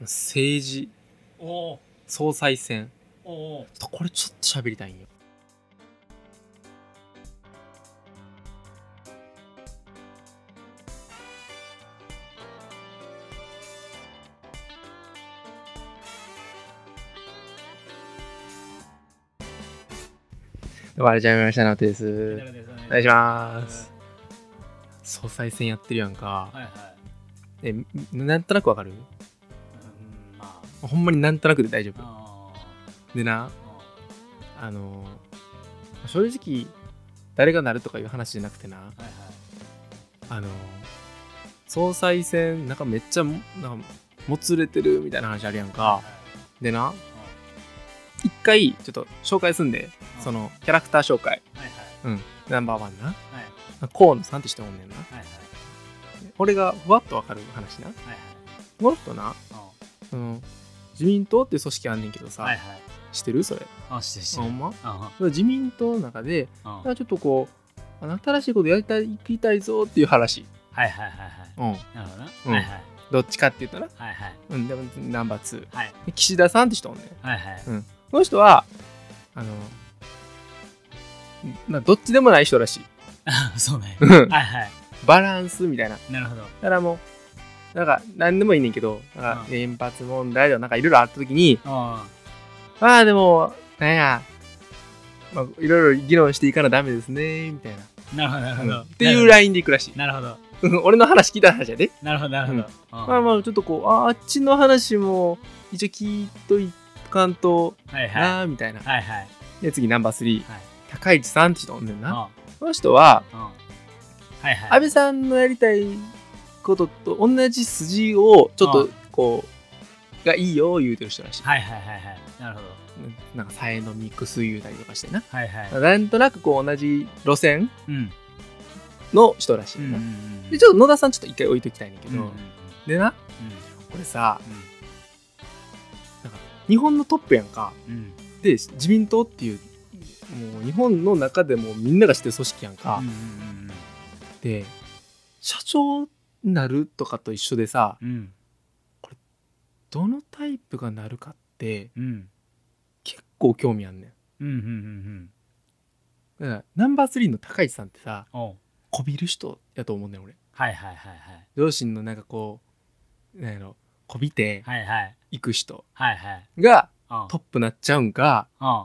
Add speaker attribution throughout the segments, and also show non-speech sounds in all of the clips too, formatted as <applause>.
Speaker 1: 政治
Speaker 2: おー
Speaker 1: 総裁選ちょ
Speaker 2: おー
Speaker 1: っとこれちょっと喋りたいんよどうもあれじゃめましたなおてです
Speaker 2: みたいなですね
Speaker 1: お願いします総裁選やってるやんか、
Speaker 2: はいはい
Speaker 1: えなんとなくわかる
Speaker 2: うんま
Speaker 1: ほんまになんとなくで大丈
Speaker 2: あ
Speaker 1: 夫
Speaker 2: あ
Speaker 1: でな
Speaker 2: ーあ
Speaker 1: あのー正直誰がなるとかいう話じゃなくてな
Speaker 2: ーはいはい
Speaker 1: あのー総裁選なんかめっちゃもなんかもつれてるみたいな話あるやんかでな一回ちょっと紹介すんで
Speaker 2: うん
Speaker 1: そのキャラクター紹介
Speaker 2: はい
Speaker 1: ナンバーワンな
Speaker 2: はいはい
Speaker 1: 河野さんって人おんねんな
Speaker 2: はいはい
Speaker 1: 俺がふわっとわかる話な
Speaker 2: はい
Speaker 1: この人な
Speaker 2: はい
Speaker 1: その自民党っていう組織あんねんけど
Speaker 2: うん
Speaker 1: さ、
Speaker 2: はいはい
Speaker 1: 知ってるそれ
Speaker 2: あしてして
Speaker 1: あほんま
Speaker 2: あ
Speaker 1: 自民党の中で
Speaker 2: あ
Speaker 1: なんかちょっとこうあ新しいことやりたい行きたいぞっていう話
Speaker 2: はいはいはいはい
Speaker 1: うん
Speaker 2: なるほどな
Speaker 1: うん
Speaker 2: はいはい
Speaker 1: どっちかって言ったら、
Speaker 2: はいはい
Speaker 1: うん、でもナンバー2
Speaker 2: はい
Speaker 1: で岸田さんって人おんねん
Speaker 2: はいはい
Speaker 1: この人はあのまあどっちでもない人らしい
Speaker 2: あそうね
Speaker 1: うん
Speaker 2: はいはい
Speaker 1: バランスみたいなだ
Speaker 2: なるほど
Speaker 1: からもうなんか何でもいいねんけどなんか原発問題とかなんかいろいろあった時に
Speaker 2: あ
Speaker 1: まあでもなんやまあいろいろ議論していかなダメですねみたいな、
Speaker 2: あなるほどなるほど
Speaker 1: っていうラインでいくらしい <laughs>
Speaker 2: なるほど
Speaker 1: 俺の話聞いた話やで
Speaker 2: なるほどなるほどうん
Speaker 1: まあまあちょっとこうああっちの話も一応聞いといかんと
Speaker 2: はいはい
Speaker 1: なーみたいな、
Speaker 2: はいはい
Speaker 1: で次ナンバー3、
Speaker 2: はい
Speaker 1: 高市さんって人おんねんな
Speaker 2: あ
Speaker 1: この人は
Speaker 2: うんはいはい
Speaker 1: 安倍さんのやりたいことと同じ筋をちょっ
Speaker 2: う
Speaker 1: と
Speaker 2: ん
Speaker 1: こうがいいよ言うてる人らしい、
Speaker 2: はいはいはいはいなるほど
Speaker 1: なんかさえのミックス言うたりとかしてな
Speaker 2: はいはい
Speaker 1: なんとなくこう同じ路線
Speaker 2: うん
Speaker 1: の人らしい
Speaker 2: うんうん
Speaker 1: な、
Speaker 2: うん
Speaker 1: でちょっと野田さんちょっと一回置いときたいねんだけ
Speaker 2: うん
Speaker 1: ど、
Speaker 2: うんうん
Speaker 1: でなこれさ日本のトップやんか
Speaker 2: うんうん
Speaker 1: で自民党っていうもう日本の中でもみんなが知ってる組織やんか、
Speaker 2: うんうん
Speaker 1: で社長になるとかと一緒でさ
Speaker 2: うん
Speaker 1: どのタイプがなるかって
Speaker 2: うんうん
Speaker 1: 結構興味あんね
Speaker 2: うんうんうんうん
Speaker 1: んだからナンバースリーの高市さんってさ
Speaker 2: おう
Speaker 1: こびる人やと思うねん俺
Speaker 2: はいはいはいはい
Speaker 1: 両親のなんかこうなんやろこびて
Speaker 2: はいはい
Speaker 1: いく人
Speaker 2: はいはい
Speaker 1: が
Speaker 2: うん
Speaker 1: トップなっちゃうんか
Speaker 2: うん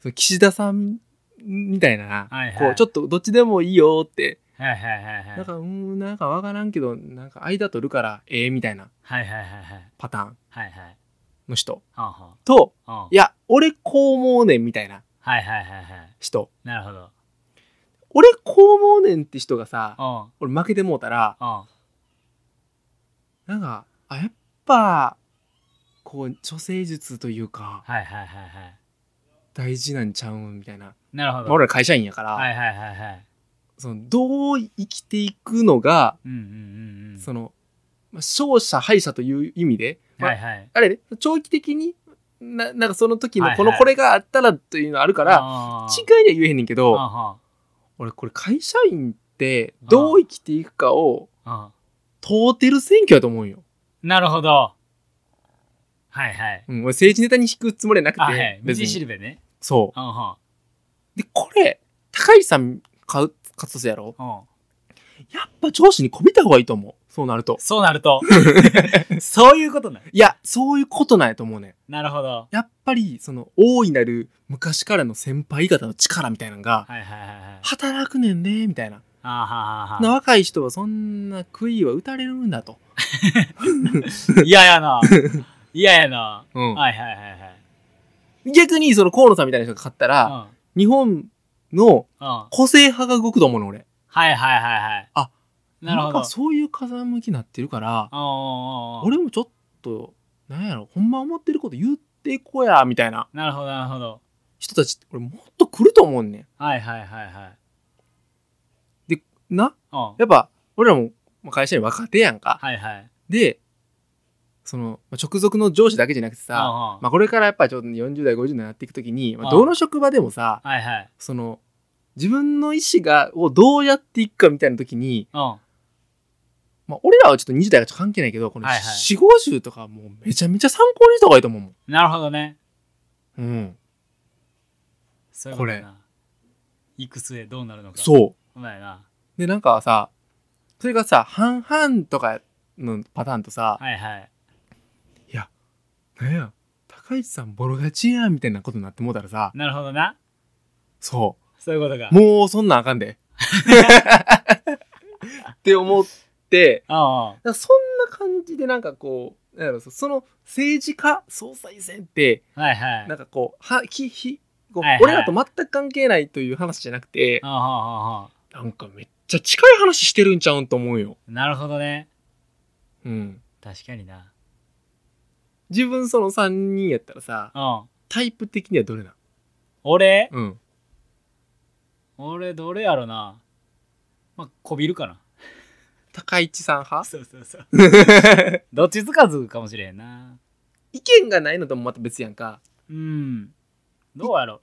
Speaker 1: その岸田さんみたいな、
Speaker 2: はいはい
Speaker 1: こうちょっとどっちでもいいよって
Speaker 2: はいはいはいはい
Speaker 1: なんかうーんなんかわからんけどなんか間取るからええみたいな
Speaker 2: はいはいはいはい
Speaker 1: パターン
Speaker 2: はいはい
Speaker 1: の人
Speaker 2: はんはん
Speaker 1: と
Speaker 2: うん
Speaker 1: いや俺こう思うねんみたいな
Speaker 2: はいはいはいはい
Speaker 1: 人
Speaker 2: なるほど
Speaker 1: 俺こう思うねんって人がさ
Speaker 2: うん
Speaker 1: 俺負けてもうたら
Speaker 2: うん
Speaker 1: なんかあやっぱこう女性術というか
Speaker 2: はいはいはいはい
Speaker 1: 大事なんちゃうんみたいな、
Speaker 2: なるほ
Speaker 1: ま
Speaker 2: ど
Speaker 1: あ、俺ら会社員やから、
Speaker 2: はいはいはいはい
Speaker 1: そのどう生きていくのが、
Speaker 2: うんうんうんうん
Speaker 1: そのまあ勝者敗者という意味で、まあ
Speaker 2: はいはい
Speaker 1: あれね長期的にななんかその時
Speaker 2: はいは
Speaker 1: のこ
Speaker 2: い
Speaker 1: のこれがあったらというのあるから、
Speaker 2: ら
Speaker 1: 違いには言えへんねんけど、俺これ会社員ってどう生きていくかを問うてる選挙やと思うんよ。
Speaker 2: なるほどはいはい
Speaker 1: うん、俺政治ネタに引くつもりはなくて、
Speaker 2: あはい
Speaker 1: 別
Speaker 2: 道し
Speaker 1: に
Speaker 2: るべね
Speaker 1: そ
Speaker 2: うんうん
Speaker 1: う。でこれ高市さん買う勝つやろ
Speaker 2: うん
Speaker 1: やっぱ上司にこびた方がいいと思うそうなると。
Speaker 2: そうな
Speaker 1: <laughs>
Speaker 2: るとそういうことない
Speaker 1: いやそういうことなんやと思うねん。
Speaker 2: なるほど
Speaker 1: やっぱりその大いなる昔からの先輩方の力みたいなのが
Speaker 2: はいはいはいはい
Speaker 1: 働くねんねみたいな
Speaker 2: あは
Speaker 1: <laughs>
Speaker 2: は
Speaker 1: な
Speaker 2: は
Speaker 1: 若い人はそんな悔いは打たれるんだと、
Speaker 2: 嫌やな嫌やな
Speaker 1: うん
Speaker 2: はいはいはいはい
Speaker 1: 逆にその河野さんみたいな人が勝った
Speaker 2: う
Speaker 1: ら、
Speaker 2: ん
Speaker 1: 日本の
Speaker 2: うん
Speaker 1: 個性派が動くと思うの俺
Speaker 2: はいはいはいはい
Speaker 1: あ
Speaker 2: なるほ
Speaker 1: な
Speaker 2: ど
Speaker 1: んかそういう風向きになってるから
Speaker 2: おーおーおー
Speaker 1: 俺もちょっとなんやろほんま思ってること言っていこうやみたいな
Speaker 2: なるほどなるほど
Speaker 1: 人たちって俺もっと来ると思うね
Speaker 2: はいはいはいはい
Speaker 1: んな
Speaker 2: うんは
Speaker 1: やっぱ俺らもまあ会社に若手やんか
Speaker 2: いはい
Speaker 1: でそのまあ直属の上司だけじゃなくてさ、
Speaker 2: うんう
Speaker 1: ま
Speaker 2: ん
Speaker 1: あ、これからやっぱりちょっと40代50代になっていくときに、まあ、
Speaker 2: うん
Speaker 1: どの職場でもさ
Speaker 2: はいはい
Speaker 1: その自分の意思がをどうやっていくかみたいなときに
Speaker 2: うん
Speaker 1: まあ、俺らはちょっと20代がちょっと関係ないけど、この
Speaker 2: はいはい
Speaker 1: 4、50とかもうめちゃめちゃ参考にした方がいいと思うもん。
Speaker 2: なるほどね。
Speaker 1: うん。
Speaker 2: そういうことやな。いくつでどうなるのか。う。
Speaker 1: そう。
Speaker 2: ほんまやな。
Speaker 1: で、なんかさ、それがさ、半々とかのパターンとさ、
Speaker 2: はいはい。
Speaker 1: なんや、高市さんボロ勝ちやんみたいなことになってもうたらさ、
Speaker 2: なるほどな。
Speaker 1: そ
Speaker 2: そういうことか。
Speaker 1: う。もうそんなんあかんで。 <laughs> って思って、
Speaker 2: あ
Speaker 1: だからそんな感じでなんかこう、なんやろ、そその政治家総裁選って、
Speaker 2: あ。はいはい。
Speaker 1: なんかこう、は、ひ、ひ、こう
Speaker 2: はいはい
Speaker 1: 俺らと全く関係ないという話じゃなくて、
Speaker 2: あああああ
Speaker 1: なんかめっちゃ近い話してるんちゃうんと思うよ。
Speaker 2: あなるほどね。
Speaker 1: うん。
Speaker 2: 確かにな。
Speaker 1: 自分その3人やったらさ、
Speaker 2: うん。
Speaker 1: タイプ的にはどれなん
Speaker 2: 俺、
Speaker 1: うん。
Speaker 2: 俺どれやろな。まあ、こびるかな。
Speaker 1: 高市さん派
Speaker 2: そうそうそう。 <laughs> どっちつかずかもしれんな。
Speaker 1: 意見がないのともまた別やんか。
Speaker 2: うん。どうやろ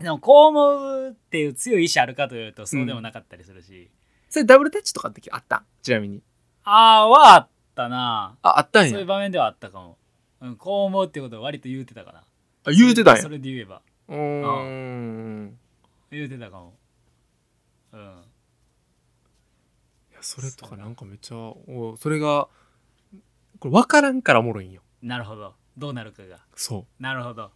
Speaker 2: う。でも、こう思うっていう強い意志あるかというと、そうでもなかったりするし。
Speaker 1: それダブルタッチとかってあったちなみに。
Speaker 2: ああ、はあったな。
Speaker 1: あ、あったん
Speaker 2: そういう
Speaker 1: や。
Speaker 2: 場面ではあったかも。うん、こう思うってことを割と言うてたかな。
Speaker 1: あ、言うてたんや
Speaker 2: そ。れで言えば。
Speaker 1: うーん。
Speaker 2: 言うてたかも。うん。
Speaker 1: いや、それとかなんかめっちゃ、おそれが、これ分からんからおもろいんよ。
Speaker 2: なるほど。どうなるかが。
Speaker 1: そう。
Speaker 2: なるほど。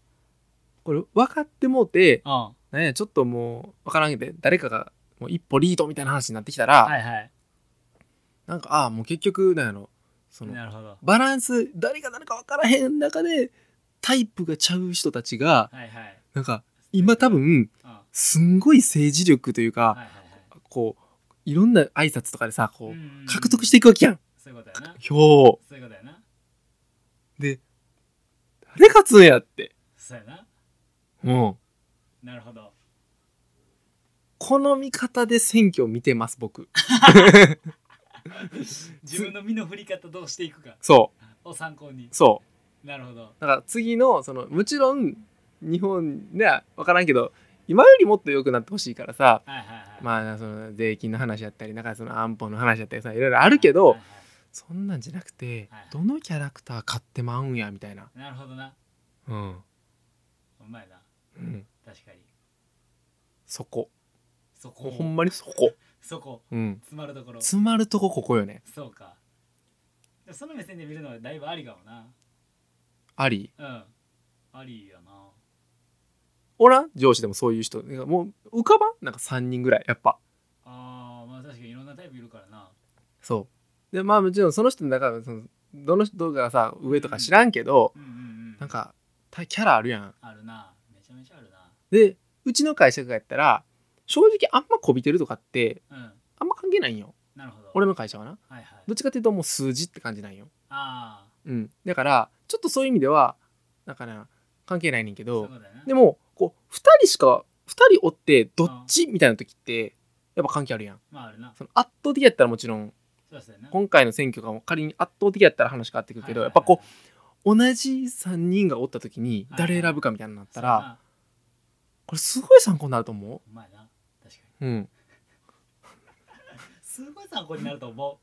Speaker 1: これ分かってもうて、
Speaker 2: うん。は
Speaker 1: なんや、ちょっともう分からんけど、誰かがもう一歩リードみたいな話になってきたら、
Speaker 2: いはい。
Speaker 1: なんか、ああ、もう結局、なんやろ、その、
Speaker 2: なるほど。
Speaker 1: バランス、誰が誰か分からへん中で、タイプがちゃう人たちが、
Speaker 2: はいはい。
Speaker 1: なんか、今多分、
Speaker 2: うん。はい
Speaker 1: すんごい政治力というか、
Speaker 2: はいはい。
Speaker 1: こう、いろんな挨拶とかでさ、こ
Speaker 2: うん
Speaker 1: う、
Speaker 2: うんうん
Speaker 1: 獲得していくわけやん。
Speaker 2: そういうことやな。
Speaker 1: 票を。
Speaker 2: そういうことやな。
Speaker 1: で、誰勝つんやって。
Speaker 2: そうやな。
Speaker 1: うん。
Speaker 2: なるほど。
Speaker 1: この見方で選挙を見てます、僕。
Speaker 2: 自分の身の振り方どうしていくか
Speaker 1: <laughs> そ
Speaker 2: を参考に
Speaker 1: う、。そう。
Speaker 2: なるほど。
Speaker 1: だから次の、その、もちろん、日本ね、わからんけど、今よりもっと良くなってほしいからさ、
Speaker 2: はいはいはい。あ、
Speaker 1: まあ、その、税金の話やったり、なんかその安保の話やったりさ、いろいろあ
Speaker 2: あ
Speaker 1: るけど、
Speaker 2: はいはい
Speaker 1: そんなんじゃなくて
Speaker 2: はい、
Speaker 1: どのキャラクター買ってまうんや、みたいな。
Speaker 2: なるほどな。
Speaker 1: うん。
Speaker 2: うまいな。
Speaker 1: うん。
Speaker 2: 確かに。
Speaker 1: そこ。
Speaker 2: そこ。
Speaker 1: ほんまにそこ。
Speaker 2: そこ。
Speaker 1: うん。
Speaker 2: 詰まるところ。
Speaker 1: 詰まるとこここよね
Speaker 2: そうか。でもその目線で見るのはだいぶありかもな。
Speaker 1: あり
Speaker 2: うん。ありやな。
Speaker 1: おらん上司でもそういう人なんかもう浮かばんなんか3人ぐらいやっぱ
Speaker 2: あー、まあ確かにいろんなタイプいるからな。
Speaker 1: そうでまあもちろんその人の中のそのどの人がさ上とか知らんけど、
Speaker 2: うんうんうん。
Speaker 1: なんかたキャラあるやん
Speaker 2: あるな。めちゃめちゃあるな。
Speaker 1: でうちの会社がやったら正直あんまこびてるとかって
Speaker 2: うん。
Speaker 1: あんま関係ないんよ
Speaker 2: なるほど。
Speaker 1: 俺の会社はな
Speaker 2: はいはい。
Speaker 1: どっちかっていうともう数字って感じなんよ
Speaker 2: ああ。
Speaker 1: うんだからちょっとそういう意味ではなんかな関係ないねんけ
Speaker 2: そうい
Speaker 1: ど
Speaker 2: うことやな。
Speaker 1: でもこう2人しか2人おってどっちみたいな時ってやっぱ関係あるやん
Speaker 2: まああるな。
Speaker 1: その圧倒的やったらもちろん
Speaker 2: そうですよね。
Speaker 1: 今回の選挙が仮に圧倒的やったら話変わってくるけど、
Speaker 2: はいはいはい
Speaker 1: やっぱこう同じ3人がおった時に
Speaker 2: はいはい
Speaker 1: 誰選ぶかみたいになったら、
Speaker 2: そうやな。
Speaker 1: これすごい参考になると思
Speaker 2: うまいな。確かに。
Speaker 1: う、うん、
Speaker 2: すごい参考になると思
Speaker 1: <laughs>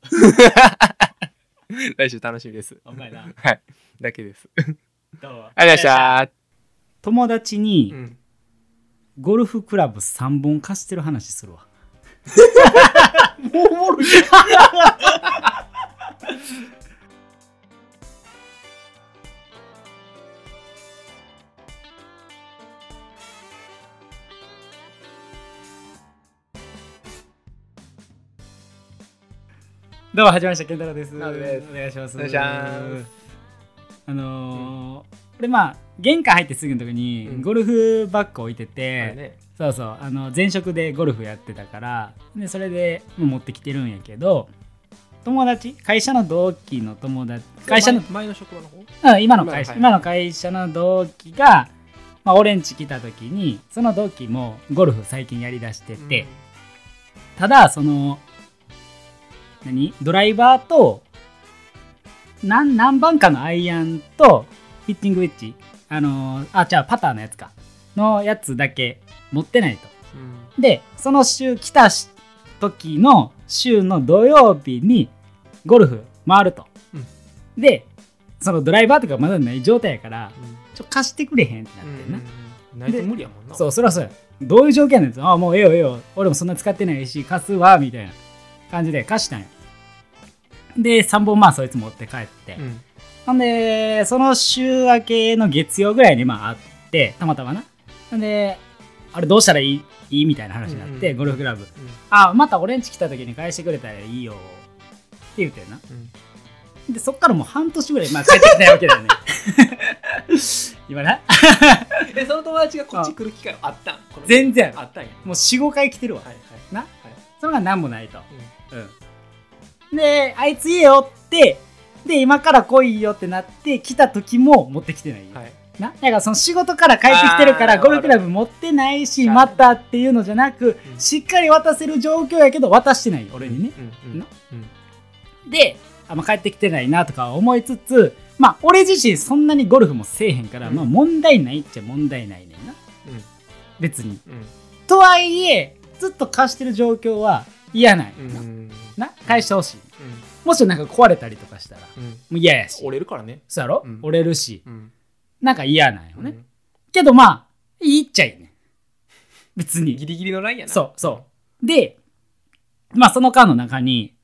Speaker 2: う。
Speaker 1: 来週楽しみです
Speaker 2: うまいな。
Speaker 1: <laughs> はいだけです
Speaker 2: どう
Speaker 1: あ
Speaker 2: も
Speaker 1: りがとうございました、
Speaker 2: 友達に
Speaker 1: うん、
Speaker 2: ゴルフクラブ3本貸してる話するわ。
Speaker 1: もうおもろい
Speaker 2: どうも、はじめまして、健太郎です。
Speaker 1: なおです
Speaker 2: お願いします。
Speaker 1: お願いします
Speaker 2: あのー俺、まあ、玄関入ってすぐの時に、
Speaker 1: うん
Speaker 2: ゴルフバッグ置いて
Speaker 1: あれ
Speaker 2: て、
Speaker 1: ね
Speaker 2: そうそう、あの前職でゴルフやってたから、でそれでもう持ってきてるんやけど、友達、会社の同期の友達、会社の
Speaker 1: 前前の職場の方
Speaker 2: うん、今の会社
Speaker 1: 今
Speaker 2: 今の会社の同期が、まあ、俺んち来た時にその同期もゴルフ最近やりだしてて、ただその何ドライバーと何何番かのアイアンとフィッティングウェッジあのーあじゃあパターのやつかのやつだけ持ってないと
Speaker 1: うんうん
Speaker 2: でその週来たし時の週の土曜日にゴルフ回ると、
Speaker 1: うん
Speaker 2: でそのドライバーとかまだない状態やからちょ貸してくれへんってなってんな、
Speaker 1: うんないと無理やもんな
Speaker 2: そうそりゃそうやどういう条件なんですああもうええよええよ俺もそんな使ってないし貸すわみたいな感じで貸したんやで3本まあそいつ持って帰って、
Speaker 1: うん
Speaker 2: ほんで、その週明けの月曜ぐらいにまあ会って、たまたまな。ほんで、あれどうしたらいいいいみたいな話になって、
Speaker 1: うん
Speaker 2: ゴルフクラブ。
Speaker 1: うん
Speaker 2: あ、また俺んち来た時に返してくれたらいいよ。って言うてんな。
Speaker 1: うん
Speaker 2: で、そっからもう半年ぐらい、まあ帰ってきないわけだ
Speaker 1: <laughs>
Speaker 2: よね。今な。
Speaker 1: えその友達がこっち来る機会はあったんこの
Speaker 2: 全然
Speaker 1: あったんや
Speaker 2: もう4、5回来てるわ。
Speaker 1: はいはい
Speaker 2: な
Speaker 1: はい
Speaker 2: それが何もないと。うん。で、あいつ家よって、で、今から来いよってなって、来た時も持ってきてないよ。
Speaker 1: うんはい
Speaker 2: なだからその仕事から帰ってきてるから
Speaker 1: あー
Speaker 2: ゴルフクラブ持ってないし
Speaker 1: なる
Speaker 2: ま
Speaker 1: ほど
Speaker 2: たっていうのじゃなく
Speaker 1: うん
Speaker 2: しっかり渡せる状況やけど渡してない俺にね、
Speaker 1: うんうん
Speaker 2: な
Speaker 1: うん
Speaker 2: であ、まあ、帰ってきてないなとか思いつつまあ俺自身そんなにゴルフもせえへんから、
Speaker 1: うん
Speaker 2: まあ問題ないっちゃ問題ないねんな別に
Speaker 1: うん
Speaker 2: とはいえずっと貸してる状況は嫌ない、
Speaker 1: うんうん
Speaker 2: な返してほしいもしなんか壊れたりとかしたらも
Speaker 1: うん
Speaker 2: う嫌やし
Speaker 1: 折れるからね
Speaker 2: そうやろ、
Speaker 1: うん
Speaker 2: 折れるし
Speaker 1: うん
Speaker 2: なんか嫌なんよ
Speaker 1: う
Speaker 2: ね、
Speaker 1: ん
Speaker 2: けどまあいいっちゃいいね別に
Speaker 1: ギリギリのラインやな
Speaker 2: そうそう。で、まあその間の中に、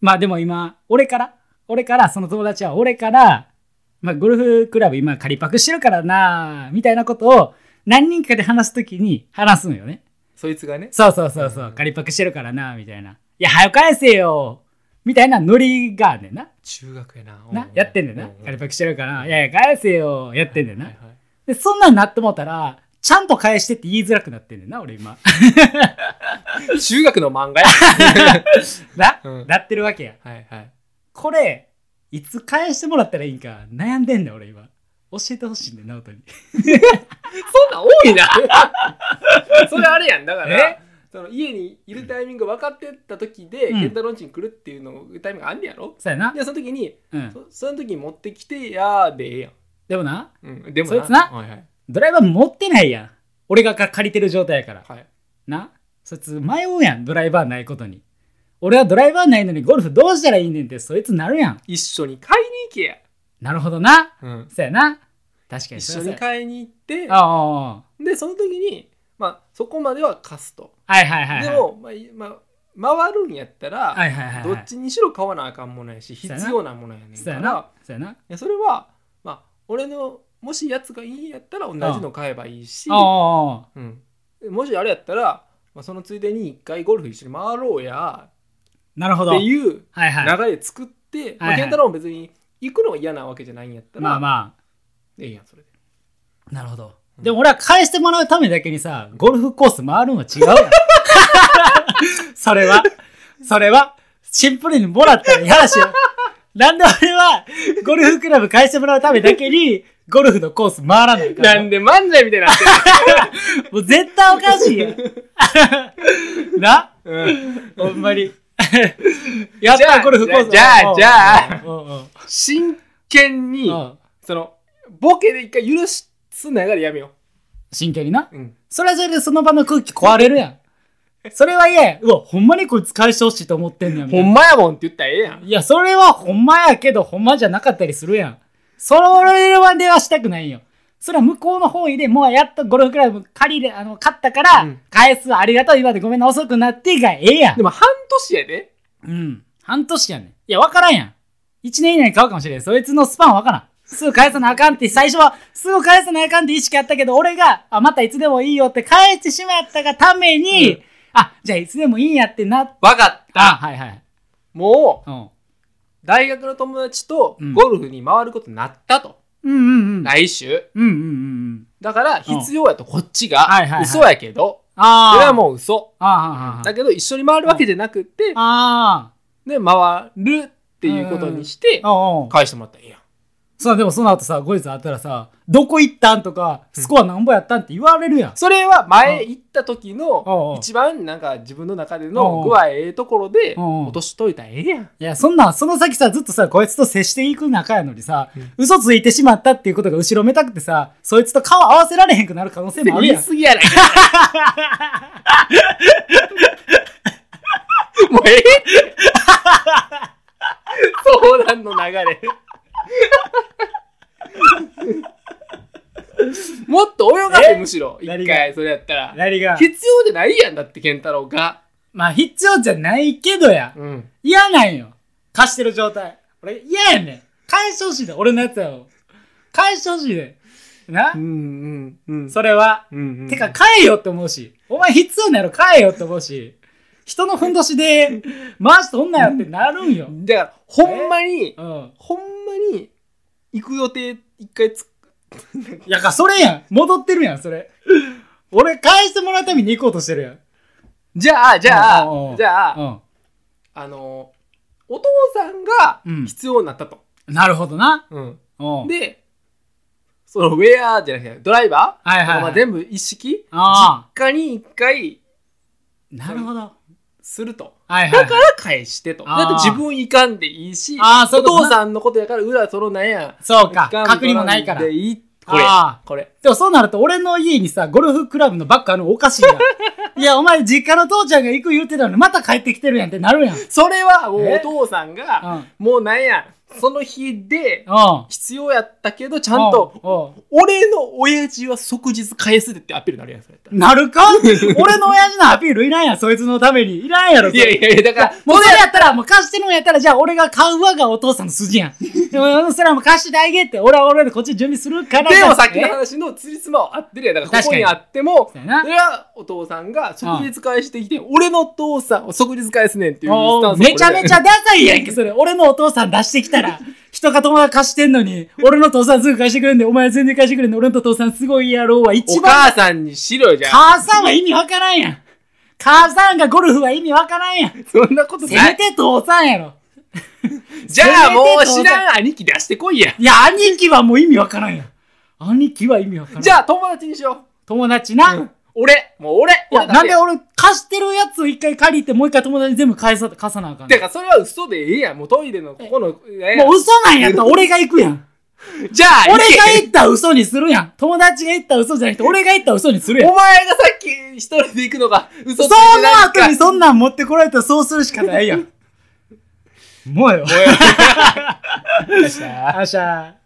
Speaker 2: まあでも今、俺から、俺から、その友達は俺から、まあゴルフクラブ今仮パクしてるからなあみたいなことを何人かで話すときに話すのよね。
Speaker 1: そいつがね
Speaker 2: そうそうそうそう、仮パクしてるからなあみたいな。いや、早く返せよみたいなノリがあんねんな。
Speaker 1: 中学やな
Speaker 2: な、やってんねんな。仮パクしてるから、いやいや、返せよやってんねんな。
Speaker 1: はいはいはい
Speaker 2: で、そんなんなってもうたら、ちゃんと返してって言いづらくなってんねんな、俺今。 <laughs>
Speaker 1: 中学の漫画や
Speaker 2: な、
Speaker 1: うん
Speaker 2: なってるわけや。
Speaker 1: はいはい
Speaker 2: これいつ返してもらったらいいんか悩んでんねん俺今教えてほしいねん直人に
Speaker 1: そんなん多いな <laughs> それあれやんだから
Speaker 2: え
Speaker 1: その家にいるタイミング分かってた時で
Speaker 2: うん
Speaker 1: 健太郎んちに来るっていうのタイミングあんねやろ
Speaker 2: そうやな、
Speaker 1: でその時に
Speaker 2: うん、
Speaker 1: そその時に持ってきてやーでええやん
Speaker 2: でもな
Speaker 1: うんでも
Speaker 2: そいつな
Speaker 1: はいはい
Speaker 2: ドライバー持ってないやん俺がか借りてる状態やから
Speaker 1: はい
Speaker 2: なそいつ迷うやんドライバーないことに俺はドライバーないのにゴルフどうしたらいいねんってそいつなるやん
Speaker 1: 一緒に買いに行けや、
Speaker 2: なるほどな
Speaker 1: うん、
Speaker 2: そうやな確かに
Speaker 1: 一
Speaker 2: そ
Speaker 1: 緒
Speaker 2: うや
Speaker 1: に買いに行って
Speaker 2: ああ
Speaker 1: でその時にまあそこまでは貸すと
Speaker 2: はいはいはいはい
Speaker 1: でも、まあいまあ、回るんやったら、
Speaker 2: はいはいはいはい
Speaker 1: どっちにしろ買わなあかんものやし必
Speaker 2: そうやな
Speaker 1: 要なものやねん
Speaker 2: そ
Speaker 1: か
Speaker 2: う
Speaker 1: ら
Speaker 2: や
Speaker 1: い
Speaker 2: なそうやな
Speaker 1: やそれは、まあ、俺のもしやつがいいんやったら同じの買えばいいし、
Speaker 2: ああ
Speaker 1: うん、もしあれやったら、まあ、そのついでに一回ゴルフ一緒に回ろうや
Speaker 2: なるほど
Speaker 1: っていう
Speaker 2: はいはい
Speaker 1: 流れ作って、ま
Speaker 2: は
Speaker 1: あ、
Speaker 2: いはい
Speaker 1: 健太郎も別に行くのが嫌なわけじゃないんやったら、
Speaker 2: まあまあ
Speaker 1: ええやんそれで
Speaker 2: なるほど。
Speaker 1: うん
Speaker 2: でも俺は返してもらうためだけにさ、ゴルフコース回るのは違うや
Speaker 1: <laughs>
Speaker 2: ん。それは、それは、シンプルにもらったら嫌だしよ。なんで俺は、ゴルフクラブ返してもらうためだけに、ゴルフのコース回らないから。
Speaker 1: なんで漫才みたいになって
Speaker 2: もう絶対おかし
Speaker 1: <laughs>
Speaker 2: いやん。な
Speaker 1: る、うん
Speaker 2: ほんまに。やったゴルフコース。
Speaker 1: じゃあじゃあじゃあ
Speaker 2: うんうんうん
Speaker 1: 真剣に、
Speaker 2: うん
Speaker 1: そのボケで一回許す流れやめよ
Speaker 2: 真剣にな。
Speaker 1: う、うん、
Speaker 2: それはそれでその場の空気壊れるやん。それは嫌や。うわ、ほんまにこいつ返してほしいと思ってんねやみたい
Speaker 1: ほ
Speaker 2: な。
Speaker 1: んまやもんって言ったらええやん
Speaker 2: いや、それはほんまやけど、ほんまじゃなかったりするやん。それはではしたくないよ。それは向こうの方位でもうやっとゴルフクラブ借りれ、あの、買ったから、
Speaker 1: うん
Speaker 2: 返す、ありがとう、今までごめんな、遅くなってがええやん
Speaker 1: で。も半年やで
Speaker 2: うん。半年やねん。いや、わからんやん。一年以内に買うかもしれん。そいつのスパンわからん。すぐ返さなあかんって、最初はすぐ返さなあかんって意識あったけど、俺が、あ、またいつでもいいよって返してしまったがために、
Speaker 1: うん
Speaker 2: あ、じゃあいつでもいいんやってなっ。
Speaker 1: 分かった
Speaker 2: はいはい。
Speaker 1: もう
Speaker 2: うん。
Speaker 1: 大学の友達と
Speaker 2: うん
Speaker 1: ゴルフに回ることになったと、
Speaker 2: うんうんうん。
Speaker 1: 来週
Speaker 2: うんうんうんうん。
Speaker 1: だから必要やとこっちが、
Speaker 2: はいはいはい
Speaker 1: 嘘やけど
Speaker 2: ああ。
Speaker 1: それはもう嘘
Speaker 2: ああああああ。
Speaker 1: だけど一緒に回るわけじゃなくて、
Speaker 2: あ
Speaker 1: ね、回るっていうことにして
Speaker 2: あ。おうおう。
Speaker 1: 返してもらったらええやん
Speaker 2: そう、でもその後さ、後日あったらさ、どこ行ったんとか、スコアなんぼやったんって言われるやん。
Speaker 1: それは前行った時
Speaker 2: うんうん
Speaker 1: の一番なんか自分の中で
Speaker 2: う
Speaker 1: の
Speaker 2: ん
Speaker 1: 具合ええところで
Speaker 2: うん
Speaker 1: 落としといたらええやん
Speaker 2: いや、そんなん、その先さ、ずっとさ、こいつと接していく仲やのにさ、
Speaker 1: うん
Speaker 2: 嘘ついてしまったっていうことが後ろめたくてさ、そいつと顔合わせられへんくなる可能性もある
Speaker 1: 言
Speaker 2: や
Speaker 1: い
Speaker 2: ん。
Speaker 1: 過ぎやないかもうええ相談の流れ。もっと泳がせ
Speaker 2: え
Speaker 1: むしろ
Speaker 2: 何
Speaker 1: 一
Speaker 2: が
Speaker 1: 回それやったら
Speaker 2: 何が
Speaker 1: 必要じゃないやんだって健太郎が、
Speaker 2: まあ必要じゃないけどや。
Speaker 1: うん、
Speaker 2: 嫌なんよ。貸してる状態。俺嫌やねん。返してほしいで、俺のやつやを。返してほしいで。な、
Speaker 1: うんうんうん
Speaker 2: それは。
Speaker 1: うんうん
Speaker 2: てか、買えよって思うし。お前必要なやろ、買えよって思うし。人のふんどしで回しとんなよってなるんよ。
Speaker 1: だからほんまに
Speaker 2: うん。
Speaker 1: ほんまに行く予定一回つ
Speaker 2: いやか、それやん。戻ってるやん、それ。俺、返してもらうために行こうとしてるやん。
Speaker 1: じゃあじゃあ
Speaker 2: うんうんうん
Speaker 1: じゃあ、
Speaker 2: う
Speaker 1: あのお父さんが
Speaker 2: うん
Speaker 1: 必要になったと、
Speaker 2: ん。なるほどな。
Speaker 1: うん
Speaker 2: うん。
Speaker 1: でそのウェアじゃなくてドライバー、
Speaker 2: はいはいはい
Speaker 1: まあ、全部一式
Speaker 2: あ
Speaker 1: 実家に一回
Speaker 2: なるほど。
Speaker 1: すると。
Speaker 2: はいは
Speaker 1: だ
Speaker 2: い
Speaker 1: か。ら返してと。
Speaker 2: あー
Speaker 1: だって自分いかんでいいし、
Speaker 2: あーそうい
Speaker 1: お
Speaker 2: うことな
Speaker 1: 父さんのことやから裏そのなんや。
Speaker 2: そうか。
Speaker 1: いかん
Speaker 2: 隔離もないから。
Speaker 1: で
Speaker 2: で
Speaker 1: いいこれ
Speaker 2: あ。
Speaker 1: これ。
Speaker 2: もそうなると、俺の家にさ、ゴルフクラブのバッグあるのおかしい
Speaker 1: <laughs>
Speaker 2: やん。いや、お前、実家の父ちゃんが行く言うてたのに、また帰ってきてるやんってなるや
Speaker 1: <laughs>
Speaker 2: ん。うん。
Speaker 1: それはもう
Speaker 2: え
Speaker 1: お父さんが、
Speaker 2: うん。
Speaker 1: もうなんや、その日で
Speaker 2: ち
Speaker 1: 必要やったけど、ちゃんと、俺の親父は即日返すでってアピールになるやん、それやったら
Speaker 2: な
Speaker 1: <laughs>
Speaker 2: るか俺の親父のアピールいらんやん、そいつのために。いらんやろ、そ
Speaker 1: い
Speaker 2: れ
Speaker 1: やいやいや、だから、
Speaker 2: もうそれやったら、もう貸してるんやったら、じゃあ俺が買うわがお父さんの
Speaker 1: <laughs>
Speaker 2: 筋やん。でもそれはもう貸してあげって、俺は俺でこっち準備するから。
Speaker 1: でもさっきの話のつりつまは合ってるやんだからここにあっても
Speaker 2: え。
Speaker 1: そ
Speaker 2: そうやな
Speaker 1: れはお父さんが即日返してきて俺の父さんを即日返すねんっていうスタンスを
Speaker 2: めちゃめちゃダサいやんけ、それ。俺のお父さん出してきた
Speaker 1: <laughs>
Speaker 2: ら、人が友達貸してんのに、俺の父さんすぐ貸してくれんで、お前全然貸してくれんで、俺の父さんすごいやろうは一
Speaker 1: お
Speaker 2: 番。
Speaker 1: 母さんにしろよじゃあ
Speaker 2: 母さんは意味わからんやん。母さんがゴルフは意味わからんや
Speaker 1: <laughs>
Speaker 2: ん。
Speaker 1: そんなこと
Speaker 2: せ
Speaker 1: な
Speaker 2: め
Speaker 1: い。
Speaker 2: て父さんやろ。
Speaker 1: じゃあもう知らん兄貴出してこいや。
Speaker 2: いや、兄貴はもう意味わからんやん。兄貴は意味わからん。
Speaker 1: じゃあ友達にしよ
Speaker 2: 友達
Speaker 1: う。
Speaker 2: な。
Speaker 1: 俺、もう俺。
Speaker 2: いや、
Speaker 1: 俺だ
Speaker 2: なん
Speaker 1: け
Speaker 2: で俺、貸してるやつを一回借りて、もう一回友達に全部返さ、貸さなあかんの
Speaker 1: てかそれは嘘でええやん。もうトイレのここの。
Speaker 2: もう嘘なんやったら俺が行くやん。
Speaker 1: じゃあ、
Speaker 2: 俺が
Speaker 1: 行
Speaker 2: 言った嘘にするやん。友達が言った嘘じゃなくて、俺が言った嘘にする
Speaker 1: け
Speaker 2: や
Speaker 1: <laughs>
Speaker 2: ん
Speaker 1: お。前がさっき一人で行くのが嘘
Speaker 2: そ
Speaker 1: つい
Speaker 2: の
Speaker 1: てない
Speaker 2: 後
Speaker 1: か
Speaker 2: にそんなん持ってこられたらそうするしか
Speaker 1: <laughs>
Speaker 2: ないやん。もうよ。
Speaker 1: おい
Speaker 2: <laughs> あっしゃー。